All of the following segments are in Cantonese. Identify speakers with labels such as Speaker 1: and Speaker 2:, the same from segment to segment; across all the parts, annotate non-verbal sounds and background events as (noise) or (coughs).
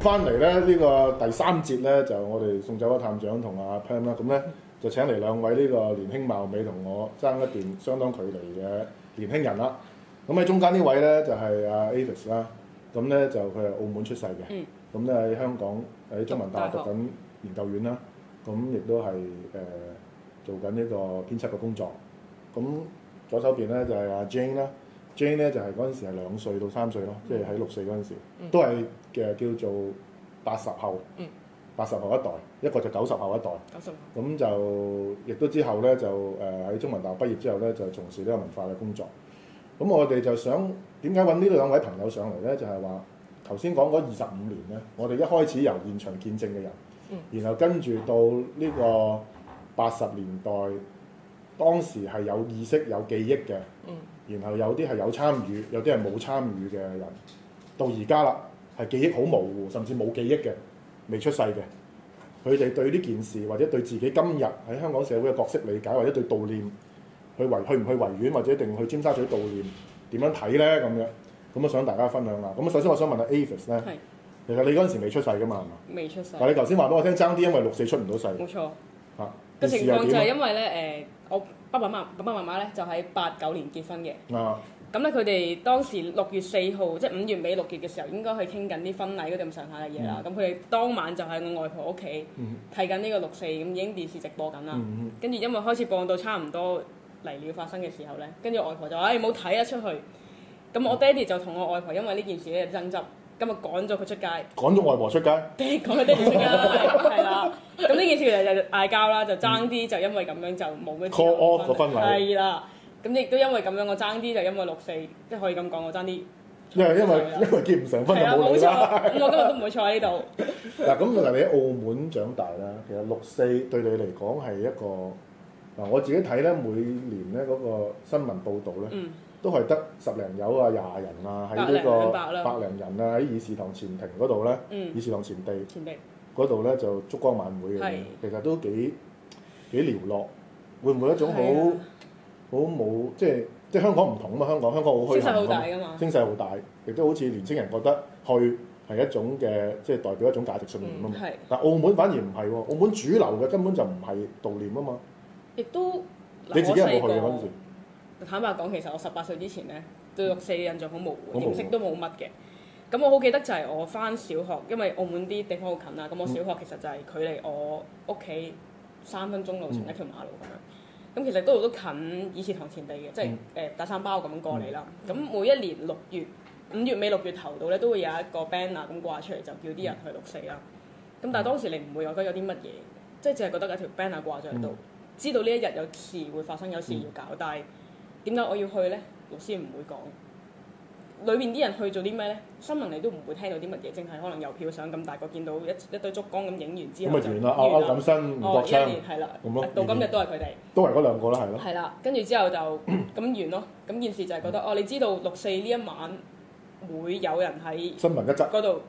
Speaker 1: 翻嚟咧，呢、個第三節咧，就我哋送走咗探長同阿 Pam 啦，咁咧就請嚟兩位呢個年輕貌美同我爭一段相當距離嘅年輕人啦。咁喺中間呢位咧就係、阿 Avis 啦，咁咧就佢係澳門出世嘅
Speaker 2: 嗯，
Speaker 1: 咁咧喺香港喺中文大學
Speaker 2: 讀
Speaker 1: 讀
Speaker 2: 大學
Speaker 1: 緊研究院啦，咁亦都係誒、呃做緊呢個編輯嘅工作。咁左手邊咧就係、阿 Jane 啦，Jane 咧就係嗰陣時係兩歲到三歲咯，即係喺六歲嗰陣時，
Speaker 2: 嗯
Speaker 1: 都係嘅叫做八十後
Speaker 2: 嗯，
Speaker 1: 八十、後一代，一個就九十後一代。
Speaker 2: 九十
Speaker 1: 咁就亦都之後咧就誒呃喺、中文大學畢業之後咧就從事呢個文化嘅工作。咁我哋就想點解揾呢兩位朋友上嚟咧？就係話頭先講嗰二十五年咧，我哋一開始由現場見證嘅人，
Speaker 2: 嗯
Speaker 1: 然後跟住到呢個八十年代，當時係有意識、有記憶嘅，
Speaker 2: 嗯
Speaker 1: 然後有啲係有參與，有啲係冇參與嘅人，到而家啦，係記憶好模糊，甚至冇記憶嘅，未出世嘅。佢哋對呢件事或者對自己今日喺香港社會嘅角色理解，或者對悼念，去維去唔去維園或者定去尖沙咀悼念，點樣睇呢？咁樣咁我想大家分享下。咁首先我想問下 Avis 呢，
Speaker 2: 係
Speaker 1: 其實你嗰陣時未出世噶嘛，係嘛？
Speaker 2: 未出世
Speaker 1: 但，係你頭先話俾我聽，爭啲因為六四出唔到世
Speaker 2: 冇錯。
Speaker 1: 嚇，
Speaker 2: 個
Speaker 1: 件事
Speaker 2: 情
Speaker 1: 又
Speaker 2: 況就係
Speaker 1: 點啊
Speaker 2: 因為咧誒，我爸爸媽爸爸媽媽咧就喺八九年結婚嘅，
Speaker 1: 啊啊？
Speaker 2: 咁咧佢哋當時六月四號，即係五月尾六月嘅時候，應該去傾緊啲婚禮嗰啲咁上下嘅嘢啦。咁佢哋當晚就喺我外婆屋企
Speaker 1: 嗯
Speaker 2: 睇緊呢個六四，咁已經電視直播緊啦。
Speaker 1: 嗯
Speaker 2: 跟住因為開始播到差唔多嚟了發生嘅時候咧，跟住外婆就話：，唉、冇睇啊，出去。咁我爹哋就同我外婆因為呢件事咧爭執，今日趕咗佢出街。
Speaker 1: 趕咗外婆出街，
Speaker 2: 講佢爹哋出街，係啦。咁呢件事其實就嗌交啦，就爭啲就因為咁樣就冇咗
Speaker 1: Call off 個婚禮
Speaker 2: 係啦。咁亦都因為咁樣，我爭啲就因為六四，即係可以咁講，我爭啲
Speaker 1: 因為因為
Speaker 2: 係啦啊
Speaker 1: 因為結唔成婚就
Speaker 2: 係啦，
Speaker 1: 冇
Speaker 2: 冇
Speaker 1: 你
Speaker 2: 錯。
Speaker 1: 啦。
Speaker 2: 咁我今日都唔會坐喺呢度。
Speaker 1: 嗱，咁嗱，你喺澳門長大啦，其實六四對你嚟講係一個嗱，我自己睇咧，每年咧嗰個新聞報導咧，
Speaker 2: 嗯，
Speaker 1: 都係得十零友啊、廿人啊，喺呢個
Speaker 2: 百零人百啦
Speaker 1: 百零人啊，喺議事堂前庭嗰度咧，(laughs)
Speaker 2: 嗯
Speaker 1: 議事堂前地
Speaker 2: 前輩
Speaker 1: 嗰度咧就燭光晚會嘅
Speaker 2: 係，
Speaker 1: 其實都幾幾寥落，會唔會一種好
Speaker 2: 係啊
Speaker 1: 好冇即係即係香港唔同啊嘛？香港香港好虛
Speaker 2: 聲勢好
Speaker 1: 冚
Speaker 2: 大啊㗎嘛。
Speaker 1: 聲勢好大，亦都好似年青人覺得去係一種嘅即係代表一種價值信念啊嘛
Speaker 2: 嗯，。係。
Speaker 1: 但澳門反而唔係喎，澳門主流嘅根本就唔係悼念啊嘛。
Speaker 2: 亦都
Speaker 1: 你自己有冇去嘅
Speaker 2: 我細個
Speaker 1: 嗰陣時？
Speaker 2: 坦白講，其實我十八歲之前咧，對六四嘅印象好模
Speaker 1: 好
Speaker 2: 糊，
Speaker 1: 模糊
Speaker 2: 認識都冇乜嘅。咁我好記得就係我翻小學，因為澳門啲地方好近啦。咁我小學其實就係距離我屋企三分鐘路程
Speaker 1: 嗯
Speaker 2: 一條馬路咁樣。咁其實都都近議事堂前地嘅，即係
Speaker 1: 嗯
Speaker 2: 誒打三包咁樣過嚟啦。咁每一年六月、五月尾、六月頭度咧，都會有一個 banner 咁掛出嚟，就叫啲人去六四啦。咁但
Speaker 1: 嗯
Speaker 2: 係當時你唔會覺得有啲乜嘢，即係淨係覺得有條 banner 掛咗喺度
Speaker 1: 嗯，
Speaker 2: 知道呢一日有事會發生，有事要搞，但係點解我要去呢？老師唔會講。裏面啲人去做啲咩呢？新聞你都唔會聽到啲乜嘢，淨係可能郵票相咁大個，見到一一堆燭光咁影完之
Speaker 1: 咁
Speaker 2: 後
Speaker 1: 咪
Speaker 2: 就
Speaker 1: 完啦，歐歐錦新、吳
Speaker 2: 哦
Speaker 1: 國，
Speaker 2: 一
Speaker 1: 昌
Speaker 2: 年係啦
Speaker 1: 咁咯，嗯
Speaker 2: 到今日都係佢哋。
Speaker 1: 都係嗰兩個啦，係咯。
Speaker 2: 係啦，跟住之
Speaker 1: (coughs)
Speaker 2: 後就咁完咯。咁件事就係覺得哦，你知道六四呢一晚會有人喺
Speaker 1: 新聞一則，
Speaker 2: 嗰度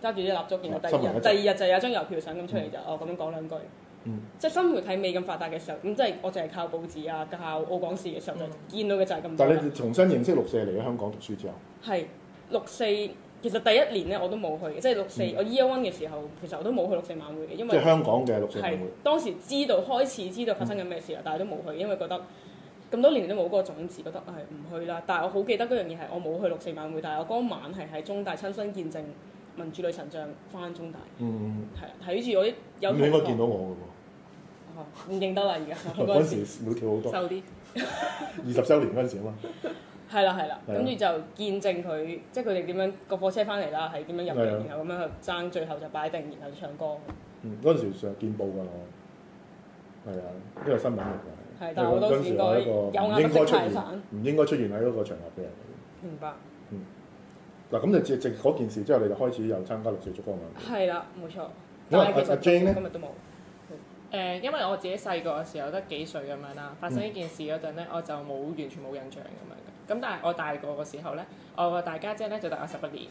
Speaker 2: 揸住啲蠟燭，然後第
Speaker 1: 啊新聞
Speaker 2: 二
Speaker 1: 一
Speaker 2: 日
Speaker 1: 集
Speaker 2: 第二日就有張郵票相咁出嚟就哦咁樣講兩句。
Speaker 1: 嗯
Speaker 2: 即係新媒體未咁發達嘅時候，咁即係我淨係靠報紙啊，靠澳港視嘅時候就見到嘅就係咁多
Speaker 1: 嗯但係
Speaker 2: 啦。
Speaker 1: 你重新認識六四嚟咗香港讀書之後，
Speaker 2: 係六四，其實第一年咧我都冇去嘅，即係六四、
Speaker 1: 嗯
Speaker 2: 我 Year One 嘅時候，其實我都冇去六四晚會嘅，因
Speaker 1: 即係
Speaker 2: 為
Speaker 1: 香港嘅六四晚
Speaker 2: 係
Speaker 1: 會。嗯
Speaker 2: 當時知道開始知道發生緊咩事啦，但係都冇去，因為覺得咁多年都冇嗰個種子，覺得係唔去啦。但係我好記得嗰樣嘢係我冇去六四晚會，但係我嗰晚係喺中大親身見證民主女神像翻中大，
Speaker 1: 嗯，
Speaker 2: 係啊睇住我啲有
Speaker 1: 咁你應該
Speaker 2: 同學
Speaker 1: 見到我
Speaker 2: 哦唔認得啦而家
Speaker 1: (laughs) 嘅喎，嗰
Speaker 2: 嗰陣時
Speaker 1: 陣時會跳好多，
Speaker 2: 瘦啲。
Speaker 1: 二十週年嗰陣時啊嘛。
Speaker 2: 係啦係啦，
Speaker 1: 係啊
Speaker 2: 跟住就見證佢，即係佢哋點樣個火車翻嚟啦，係點樣入
Speaker 1: 係啊
Speaker 2: 嚟，然後咁樣去爭，最後就擺定，然後唱歌。
Speaker 1: 嗯，嗰陣時上見報㗎我，係啊，呢個新聞嚟㗎。
Speaker 2: 係但係我當時
Speaker 1: 因為嗰陣時我係一個
Speaker 2: 應
Speaker 1: 唔
Speaker 2: 該有
Speaker 1: 應該
Speaker 2: 眼不
Speaker 1: 出
Speaker 2: 識泰
Speaker 1: 現
Speaker 2: 山，
Speaker 1: 唔應該出現喺嗰個場合嘅人嚟嘅。
Speaker 2: 明白。
Speaker 1: 嗱，咁就藉藉嗰件事之後，你就開始又參加六四燭光晚會。
Speaker 2: 係啦，冇錯。
Speaker 1: 咁
Speaker 2: 但
Speaker 1: 啊
Speaker 2: 係其
Speaker 1: 阿
Speaker 2: 實
Speaker 1: Jane 呢
Speaker 2: 今日都冇。
Speaker 3: 誒、呃因為我自己細個嘅時候得幾歲咁樣啦，發
Speaker 1: 嗯
Speaker 3: 生呢件事嗰陣咧，我就冇完全冇印象咁樣嘅。咁但係我大個嘅時候咧，我個大家姐咧就大我十一年，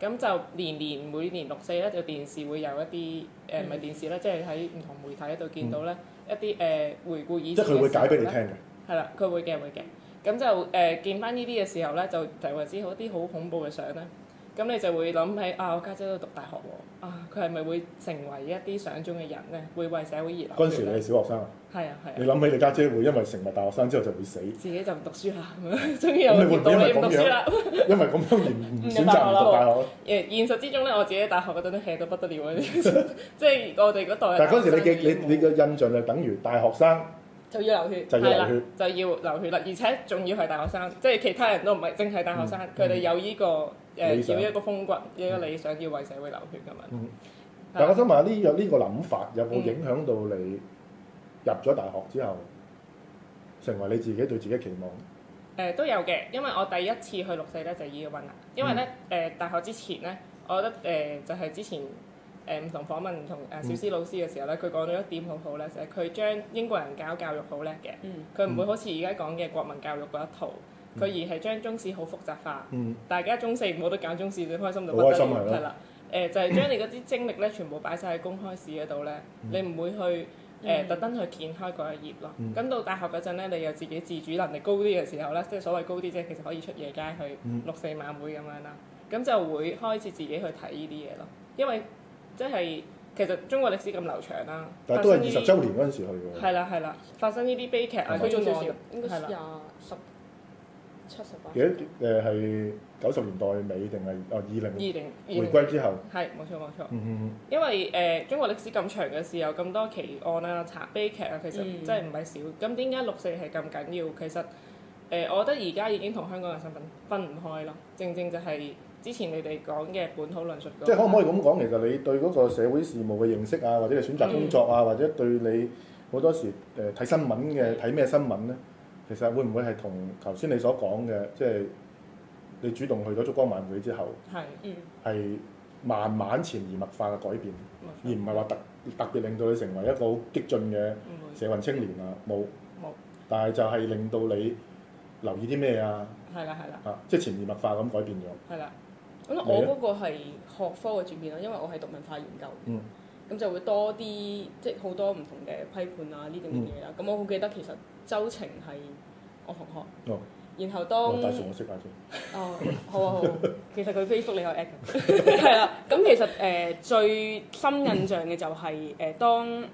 Speaker 3: 咁就年年每年六四咧就電視會有一啲呃誒唔
Speaker 1: 嗯
Speaker 3: 係電視啦，即係喺唔同媒體嗰度見到咧、一啲誒、呃回顧以
Speaker 1: 即
Speaker 3: 前
Speaker 1: 係佢會解俾你
Speaker 3: 嘅時候
Speaker 1: 聽
Speaker 3: 呢。
Speaker 1: 嘅。
Speaker 3: 係啦，佢會嘅會嘅。咁就誒、見翻呢啲嘅時候咧，就就為之好啲好恐怖嘅相咧。咁咁你就會諗起啊，我家姐都讀大學喎，啊佢係咪會成為一啲想中嘅人咧？會為社會而流
Speaker 1: 嗰陣時
Speaker 3: 血
Speaker 1: 你
Speaker 3: 咧
Speaker 1: 係小學生啊，
Speaker 3: 係啊係
Speaker 1: 你
Speaker 3: 啊，
Speaker 1: 諗起你家姐會因為成為大學生之後就會
Speaker 2: (laughs)
Speaker 1: 死，
Speaker 3: 自己就唔讀書啦，咁樣終於有
Speaker 1: 咁你會唔
Speaker 3: 見到
Speaker 1: 會因為
Speaker 3: 你唔讀
Speaker 1: 咁
Speaker 3: 書啦 (laughs)
Speaker 1: 樣。因為咁樣而唔
Speaker 2: 唔
Speaker 1: 選
Speaker 2: 入
Speaker 1: 擇唔讀大學？
Speaker 3: 誒現實之中咧，我自己喺大學嗰陣都 hea 到不得了啊！ (laughs) 即係我哋嗰代。
Speaker 1: 但係嗰陣時你嘅你你嘅印象就等於大學生
Speaker 2: 就要流血。
Speaker 1: 就
Speaker 3: 係
Speaker 1: 要
Speaker 3: 啦
Speaker 1: 流血，，
Speaker 3: 就要流血啦，而且仲要係大學生，即係其他人都唔係淨係大學生，佢哋有呢個
Speaker 1: 嗯理
Speaker 3: 誒
Speaker 1: 想
Speaker 3: 要一個風骨，有一個理想，要為社會流血咁樣。
Speaker 1: 但我想問下呢樣呢個諗法有冇影響到你入咗大學之後，成為你自己對自己嘅期望？
Speaker 3: 誒、
Speaker 1: 嗯
Speaker 3: 都有嘅，因為我第一次去六四咧就已經揾啦，因為咧誒、
Speaker 1: 嗯
Speaker 3: 大學之前咧，我覺得誒、就係、之前誒唔、同訪問唔同誒小師老師嘅時候咧，佢講到一點好好咧，就係佢將英國人搞教育好叻嘅，
Speaker 2: 嗯
Speaker 3: 佢唔會好似而家講嘅國民教育嗰一套，佢而係將中史好複雜化，
Speaker 1: 嗯，
Speaker 3: 大家中四冇得揀中史，你開心到不得
Speaker 1: 好開心係
Speaker 3: 了，
Speaker 1: 咯
Speaker 3: 係啦。誒、就係、將你嗰啲精力咧，全部擺晒喺公開試嗰度咧，你唔會去誒、
Speaker 2: 嗯
Speaker 3: 特登去掀開嗰一頁咯。
Speaker 1: 嗯
Speaker 3: 咁、到大學嗰陣咧，你有自己自主能力高啲嘅時候咧，即係所謂高啲啫，其實可以出夜街去
Speaker 1: 嗯
Speaker 3: 六四晚會咁樣啦。咁就會開始自己去睇呢啲嘢咯，因為即係其實中國歷史咁流長啦，
Speaker 1: 但係都係
Speaker 3: 發
Speaker 1: 二
Speaker 3: 生呢
Speaker 1: 十週年嗰陣時去嘅。嗯
Speaker 3: 係啦係啦，發生呢啲悲劇啊，
Speaker 2: 佢仲
Speaker 3: 冤
Speaker 2: 少
Speaker 3: 案
Speaker 2: 少，應該
Speaker 3: 係啦
Speaker 2: 廿十七十八。
Speaker 1: 幾多誒係九十年代尾定係哦二
Speaker 3: 二
Speaker 1: 零
Speaker 3: 零二
Speaker 1: 回
Speaker 3: 零
Speaker 1: 歸之後？
Speaker 3: 係冇錯冇錯。
Speaker 1: 嗯
Speaker 3: 因為誒、呃中國歷史咁長嘅時候，咁多奇案啊、查悲劇啊，其實
Speaker 2: 嗯
Speaker 3: 真係唔係少。咁點解六四係咁緊要？其實誒、呃我覺得而家已經同香港嘅身份分唔開咯。正正就係之前你哋講嘅本土論述嗰
Speaker 1: 即係可唔可以咁講？其實你對嗰個社會事務嘅認識啊，或者你選擇工作
Speaker 3: 嗯
Speaker 1: 啊，或者對你好多時誒睇、新聞嘅睇咩新聞咧，其實會唔會係同頭先你所講嘅，即係你主動去咗燭光晚會之後，
Speaker 3: 係
Speaker 2: 嗯，
Speaker 1: 係慢慢潛移默化嘅改變，而
Speaker 3: 冇錯
Speaker 1: 唔係話特特別令到你成為一個好激進嘅
Speaker 3: 唔會
Speaker 1: 社運青年啊，冇，
Speaker 3: 冇
Speaker 1: 但係就係令到你留意啲咩啊，
Speaker 3: 係啦係啦
Speaker 1: 啊，即係潛移默化咁改變咗。
Speaker 3: 係啦，
Speaker 2: 咁我嗰個係學科嘅轉變啦，因為我係讀文化研究。
Speaker 1: 嗯。
Speaker 2: 咁就會多啲即係好多唔同嘅批判啊呢啲咁嘅嘢啦。
Speaker 1: 嗯
Speaker 2: 咁我好記得其實周晴係我同學。
Speaker 1: 哦
Speaker 2: 然後
Speaker 1: 我
Speaker 2: 當
Speaker 1: 大樹我識下啊先。
Speaker 2: 哦，好啊
Speaker 1: (laughs)
Speaker 2: 好啊，其實佢 Facebook 你有 at 嘅，係啦。咁其實誒、呃最深印象嘅就係、誒、當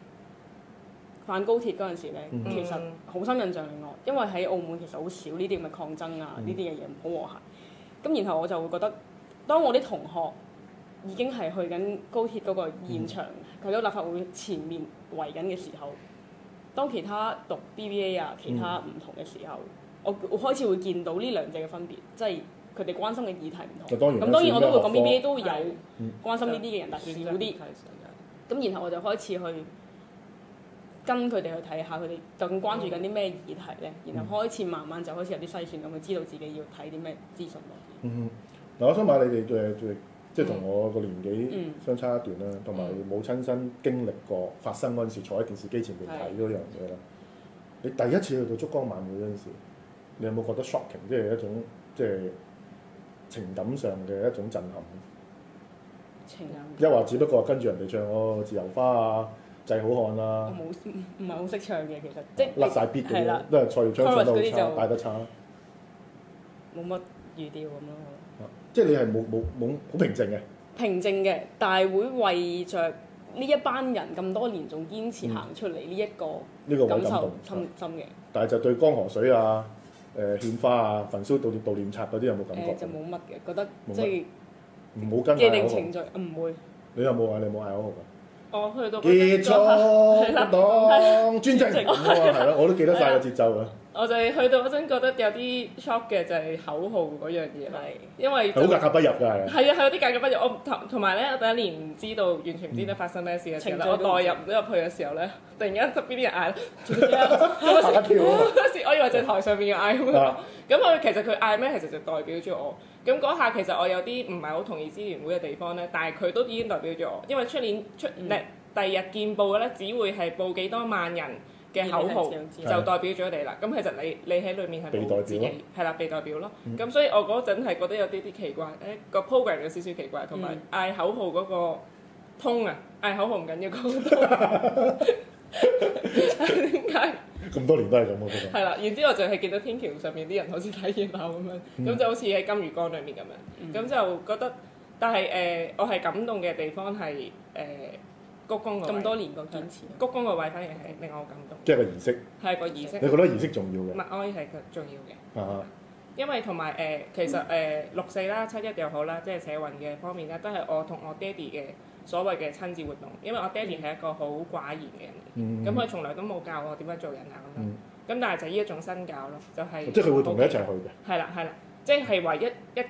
Speaker 2: 反高鐵嗰陣時咧，
Speaker 1: 嗯
Speaker 2: 其實好深印象令我，因為喺澳門其實好少呢啲咁嘅抗爭啊，
Speaker 1: 嗯
Speaker 2: 呢啲嘅嘢唔好和諧。咁然後我就會覺得，當我啲同學已經係去緊高鐵嗰個現場，
Speaker 1: 嗯
Speaker 2: 佢喺、立法會前面圍緊嘅時候，當其他讀 BBA
Speaker 1: 嗯
Speaker 2: 啊，其他唔同嘅時候。我我開始會見到呢兩者嘅分別，即係佢哋關心嘅議題唔
Speaker 1: 就當然啦
Speaker 2: 同。嗯咁當然我都會
Speaker 1: 選
Speaker 2: 講
Speaker 1: 咩
Speaker 2: BBA 都會有
Speaker 3: 係
Speaker 1: 嗯
Speaker 2: 關心呢啲嘅人，但係少啲。咁然後我就開始去跟佢哋去睇下佢哋究竟關注緊啲咩議題咧，然後開始慢慢就開始有啲篩選咁，去知道自己要睇啲咩資訊咯。
Speaker 1: 嗯，嗱，我想問下你哋誒誒，即係同我個年紀
Speaker 2: 嗯
Speaker 1: 相差一段啦，同埋冇親身經歷過發生嗰陣時，坐喺電視機前面睇嗰樣嘢啦。你第一次去到燭光晚會嗰陣時，你有冇覺得 shocking，即係一種即係情感上嘅一種震撼？
Speaker 2: 情感
Speaker 1: 一話只不過跟住人哋唱哦自由花啊、濟好漢
Speaker 2: 我
Speaker 1: 啊，
Speaker 2: 冇唔唔係好識唱嘅，其實即係
Speaker 1: 甩晒 beat 嗰
Speaker 2: 係啦
Speaker 1: 啲，都係蔡耀昌唱得
Speaker 2: Chorus
Speaker 1: 好
Speaker 2: 嗰啲
Speaker 1: 差，
Speaker 2: 就
Speaker 1: 帶得差。
Speaker 2: 冇乜語調咁咯。
Speaker 1: 即係你係冇冇冇好平靜嘅，
Speaker 2: 平靜嘅，但係會為着呢一班人咁多年仲堅持行出嚟呢一個
Speaker 1: 嗯呢個我
Speaker 2: 感
Speaker 1: 感
Speaker 2: 受
Speaker 1: 動。
Speaker 2: 深深嘅。
Speaker 1: 但係就對江河水啊、誒、獻花啊、焚燒悼念悼念冊嗰啲有冇感
Speaker 2: 誒
Speaker 1: 覺
Speaker 2: 就？冇乜嘅，覺得
Speaker 1: 冇乜
Speaker 2: 即係
Speaker 1: 唔好跟
Speaker 2: 既
Speaker 1: 嗌口
Speaker 2: 定
Speaker 1: 號
Speaker 2: 程序唔
Speaker 1: (laughs)
Speaker 2: 會。
Speaker 1: 你有冇啊？你有冇嗌口
Speaker 2: (laughs)
Speaker 1: 號㗎？
Speaker 3: 我去到
Speaker 1: 結束 (laughs) 黨專政
Speaker 3: 專政
Speaker 1: 咁啊，係咯，我都記得晒個節奏啊，
Speaker 3: (laughs) 我就係去到嗰陣覺得有啲 shock 嘅就係口號嗰樣嘢啦，
Speaker 2: 係
Speaker 3: 因為
Speaker 1: 係好格格不入㗎，係啊。
Speaker 2: (laughs)
Speaker 3: 係啊，係有啲格格不入。我唔同同埋咧，我第一年唔知道，完全唔知道發生咩事嘅時候咧，
Speaker 2: 程
Speaker 3: 我
Speaker 2: 序都唔知
Speaker 3: 代入唔到入去嘅時候咧， (laughs) 突然間側邊啲人嗌， (laughs)
Speaker 1: 嚇一跳啊
Speaker 3: 嗰時我以為就係台上面嘅嗌咁樣
Speaker 1: 啊。
Speaker 3: 咁佢其實佢嗌咩，其實就代表住我。咁嗰下其實我有啲唔係好同意支聯會嘅地方咧，但係佢都已經代表咗我，因為出年出
Speaker 2: 嗯
Speaker 3: 咧第二日見報嘅咧，只會係報幾多萬人嘅口號。
Speaker 1: 係啊
Speaker 3: 就代表咗你啦。咁其實你你喺裏面係
Speaker 1: 被代
Speaker 3: 冇
Speaker 1: 表
Speaker 3: 自己係啦，被代表咯
Speaker 1: 嗯。
Speaker 3: 咁、所以我嗰陣係覺得有啲啲奇怪，誒、個 program 有少少奇怪，
Speaker 1: 嗯
Speaker 3: 同埋嗌口號嗰個通啊，嗌口號唔緊要，嗰個
Speaker 1: (laughs)
Speaker 3: 通點解？
Speaker 1: 咁多年都係咁啊嘅，
Speaker 3: 係啦，然之後就係見到
Speaker 1: 嗯
Speaker 2: 嗯
Speaker 3: 天橋上面啲人好似睇熱鬧咁樣，咁、就好似喺金魚缸裏面咁樣，咁、就覺得但係誒、呃我係感動嘅地方係誒鞠躬個位
Speaker 2: 咁多年個堅持，啊
Speaker 3: 鞠躬個位，反而係令我感動，
Speaker 1: 即係個儀式，
Speaker 3: 係個儀式
Speaker 1: 你覺得儀式重要嘅
Speaker 3: 默哀係佢重要嘅。
Speaker 1: 啊？嗯
Speaker 3: 因為同埋誒，其實誒、六四啦、七一又好啦，即係社運嘅方面咧，都係我同我爹哋嘅所謂嘅親子活動。因為我爹哋係一個好寡言嘅人嚟
Speaker 1: 嗯
Speaker 3: 咁佢從來都冇教我點樣做人啊咁樣。咁、
Speaker 1: 嗯哦
Speaker 3: 但係就呢一種新教咯，就係、
Speaker 1: 即係佢會同你一齊去
Speaker 3: 係啦係啦，即係唯一一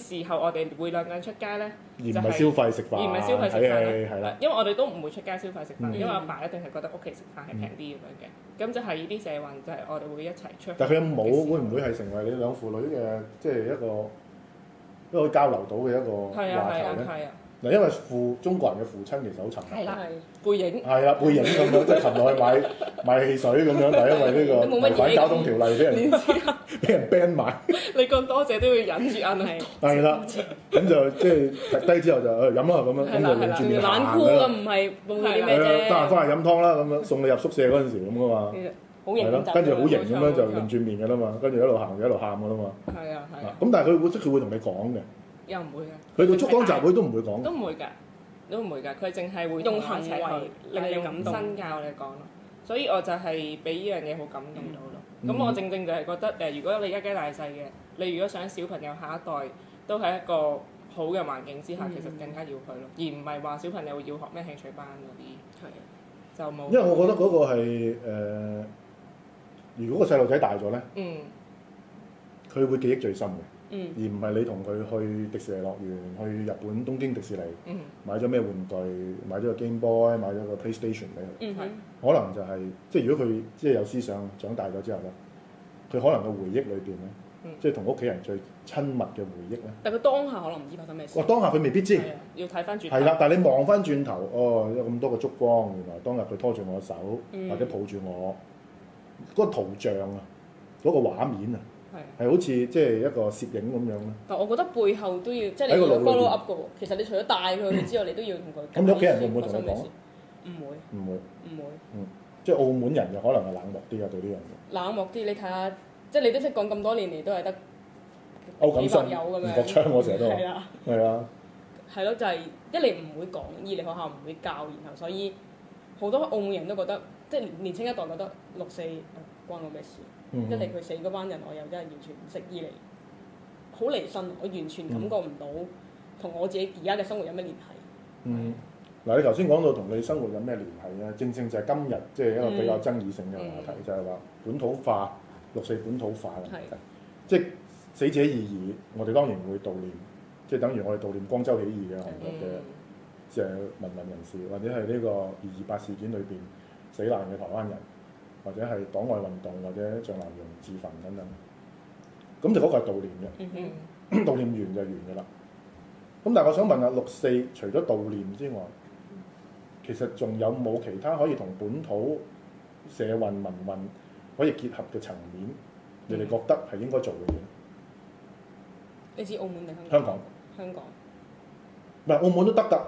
Speaker 3: 啲時候我哋會兩個人出街咧，
Speaker 1: 嘅，而唔係消費食飯，
Speaker 3: 而唔係消費食
Speaker 1: 睇
Speaker 3: 飯
Speaker 1: 戲係啦，
Speaker 3: 因為我哋都唔會出街消費食飯，
Speaker 1: 嗯
Speaker 3: 因為阿爸一定係覺得屋企食飯係平啲咁樣嘅。咁就係呢啲社運就係我哋會一齊出去。
Speaker 1: 但係佢嘅冇會唔會係成為你兩父女嘅即係一個一個交流到嘅一個
Speaker 3: 係啊
Speaker 1: 話
Speaker 3: 係啊
Speaker 1: 題咧？
Speaker 3: 係啊，
Speaker 1: 嗱，因為父中國人嘅父親其實好沉
Speaker 3: 係
Speaker 1: 默
Speaker 3: 啦。
Speaker 2: 係
Speaker 3: 背影。
Speaker 1: 係啦，背影咁樣，即係沉落去買
Speaker 3: (laughs)
Speaker 1: 買汽水咁樣，但係因為呢個
Speaker 2: 都冇乜嘢
Speaker 1: 違反交通條例俾人
Speaker 3: 啊
Speaker 1: (laughs) 俾人 ban 埋，
Speaker 3: 你咁多謝都要忍住眼淚，
Speaker 1: 係啦，咁就即係低之後就哎誒飲啦咁樣，
Speaker 3: 係
Speaker 1: 咁就
Speaker 3: 啦
Speaker 1: 擰住
Speaker 2: 仲要
Speaker 1: 面
Speaker 2: 冷
Speaker 1: 行
Speaker 2: 酷啊，
Speaker 1: 啦，
Speaker 2: 唔係冇啲
Speaker 3: 係啦
Speaker 1: 係啊
Speaker 2: 咩
Speaker 1: 啦，得閒
Speaker 2: 啫，
Speaker 1: 翻去飲湯啦，咁樣送你入宿舍嗰陣時咁噶嘛
Speaker 2: 其，實好型
Speaker 1: 係
Speaker 2: 咁
Speaker 1: 咯
Speaker 2: 就，
Speaker 1: 跟住好型咁樣就
Speaker 3: 冇錯
Speaker 1: 擰住面噶啦嘛，跟住一路行就一路喊噶啦嘛，
Speaker 3: 係啊係啊，
Speaker 1: 咁但係佢會即係佢會同你講嘅，
Speaker 3: 又唔會嘅，
Speaker 1: 佢到燭光集會都唔會講，
Speaker 3: 都唔會㗎，都唔會㗎，佢淨係
Speaker 2: 用
Speaker 3: 會同我一
Speaker 2: 行
Speaker 3: 齊去
Speaker 2: 為
Speaker 3: 令你
Speaker 2: 令你
Speaker 3: 感
Speaker 2: 感動
Speaker 3: 動，身教你講咯。所以我就係俾呢樣嘢好感動到咯。
Speaker 1: 嗯
Speaker 3: 咁、我正正就係覺得誒、如果你一家大細嘅，你如果想小朋友下一代都係一個好嘅環境之下，
Speaker 2: 嗯
Speaker 3: 其實更加要佢咯，而唔係話小朋友要學咩興趣班嗰啲
Speaker 2: 係
Speaker 3: 就冇。
Speaker 1: 因為我覺得嗰個係誒，如果個細路仔大咗咧，
Speaker 3: 嗯
Speaker 1: 佢會記憶最深嘅。
Speaker 2: 嗯
Speaker 1: 而唔係你同佢去迪士尼樂園、去日本東京迪士尼
Speaker 3: 嗯
Speaker 1: 買咗咩玩具、買咗個 Game Boy、買咗個 PlayStation 俾佢，
Speaker 2: 嗯哼
Speaker 1: 可能就係、即係如果佢即係有思想長大咗之後咧，佢可能個回憶裏邊咧，
Speaker 3: 嗯
Speaker 1: 即係同屋企人最親密嘅回憶咧，
Speaker 2: 但佢當下可能唔知發生咩事
Speaker 1: 哇！，當下佢未必知，
Speaker 3: 係啊，要睇翻轉頭
Speaker 1: 係啦，但係你望翻轉頭，哦，有咁多個燭光，原來當日佢拖住我手
Speaker 2: 嗯
Speaker 1: 或者抱住我，嗰、個圖像啊，嗰、個畫面啊，
Speaker 3: 係啊
Speaker 1: 係好似即係一個攝影咁樣咧。
Speaker 2: 但我覺得背後都要即係
Speaker 1: 喺
Speaker 2: 你
Speaker 1: 個腦
Speaker 2: 要
Speaker 1: 裏邊
Speaker 2: follow up 嘅喎。其實你除咗帶佢
Speaker 1: (coughs)
Speaker 2: 去之後，你都要同佢
Speaker 1: 咁你屋企人會唔會同佢講啊
Speaker 2: 發生咩事唔會，
Speaker 1: 唔會，
Speaker 2: 唔會
Speaker 1: 即係澳門人就可能係冷漠啲啊對呢樣嘢。
Speaker 2: 冷漠啲。你睇下，即係你都識講咁多年嚟都係得
Speaker 1: 歐錦
Speaker 2: 幾百
Speaker 1: 新、
Speaker 2: 有咁樣
Speaker 1: 吳國昌，我成日都話
Speaker 2: 係啦，
Speaker 1: 係啊，
Speaker 2: 係咯，就係一嚟唔會講，二嚟學校唔會教，然後所以好多澳門人都覺得，即係年青一代覺得六四呃關我咩事？
Speaker 1: 嗯
Speaker 2: 一嚟佢死嗰班人，我又真係完全唔識；二嚟好離身，我完全感覺唔到同我自己而家嘅生活有咩聯繫。
Speaker 1: 嗯，嗱，你頭先講到同你生活有咩聯繫咧？正正就係今日即係一個比較爭議性嘅話題，就係話本土化、六四本土化嘅問題，嗯即係死者意義，我哋當然會悼念，即係等於我哋悼念光州起義嘅韓國嘅
Speaker 3: 嗯
Speaker 1: 即係民運人士，或者係呢個二二八事件裏邊死難嘅台灣人，或者係黨外運動或者象南榕自焚等等，咁就嗰個係悼念嘅。
Speaker 2: 嗯
Speaker 3: 嗯
Speaker 2: 哼，
Speaker 1: 悼念完就完㗎啦。咁但係我想問下，六四除咗悼念之外，其實仲有冇其他可以同本土社運民運可以結合嘅層面？你
Speaker 3: 嗯
Speaker 1: 哋覺得係應該做嘅嘢？
Speaker 2: 你知澳門定香港？
Speaker 1: 香港
Speaker 2: 香港
Speaker 1: 唔係澳門都得㗎。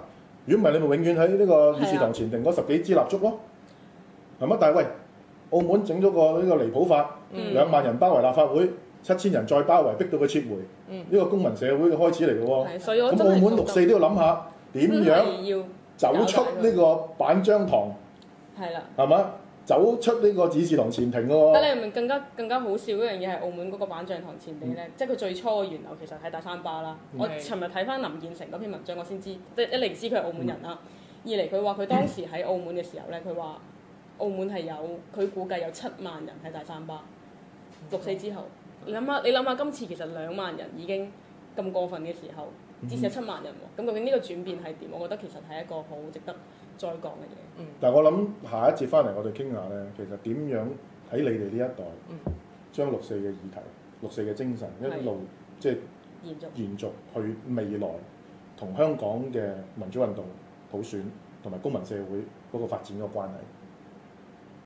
Speaker 1: 如果唔係，你咪永遠喺呢個議事
Speaker 3: 啊
Speaker 1: 堂前定嗰十幾支蠟燭咯，係咪？但係喂，澳門整咗個呢個離譜法，
Speaker 3: 嗯
Speaker 1: 兩萬人包圍立法會，七千人再包圍，逼到佢撤回，呢、
Speaker 3: 嗯
Speaker 1: 個公民社會嘅開始嚟嘅喎。
Speaker 2: 係，所以我
Speaker 1: 咁
Speaker 2: 真係
Speaker 1: 澳門
Speaker 2: 覺
Speaker 1: 六
Speaker 2: 得
Speaker 1: 四都要諗下點
Speaker 2: 真
Speaker 1: 樣
Speaker 2: 係啊要
Speaker 1: 走出呢個板張堂
Speaker 2: 係啦。
Speaker 1: 係嘛？走出呢個指示堂前庭嘅
Speaker 2: 但
Speaker 1: 喎。
Speaker 2: 你明更加更加好笑嗰樣嘢係澳門嗰個板像堂前地咧，即係佢最初嘅源流其實係大三巴啦。
Speaker 1: 嗯
Speaker 2: 我尋日睇翻林建成嗰篇文章，我先知，即係一嚟知佢係澳門人
Speaker 1: 嗯
Speaker 2: 啦，二嚟佢話佢當時喺澳門嘅時候咧，佢話澳門係有佢估計有七萬人喺大三巴。六四之後，你諗下，你諗下今次其實兩萬人已經咁過分嘅時候，至少有七萬人喎。咁究竟呢個轉變係點？我覺得其實係一個好值得再講嘅嘢。
Speaker 1: 但我諗下一節翻嚟，我哋傾下咧，其實點樣喺你哋呢一代
Speaker 3: 嗯
Speaker 1: 將六四嘅議題、六四嘅精神一路即係
Speaker 2: 延續
Speaker 1: 延續去未來同香港嘅民主運動、普選同埋公民社會嗰個發展嘅關係。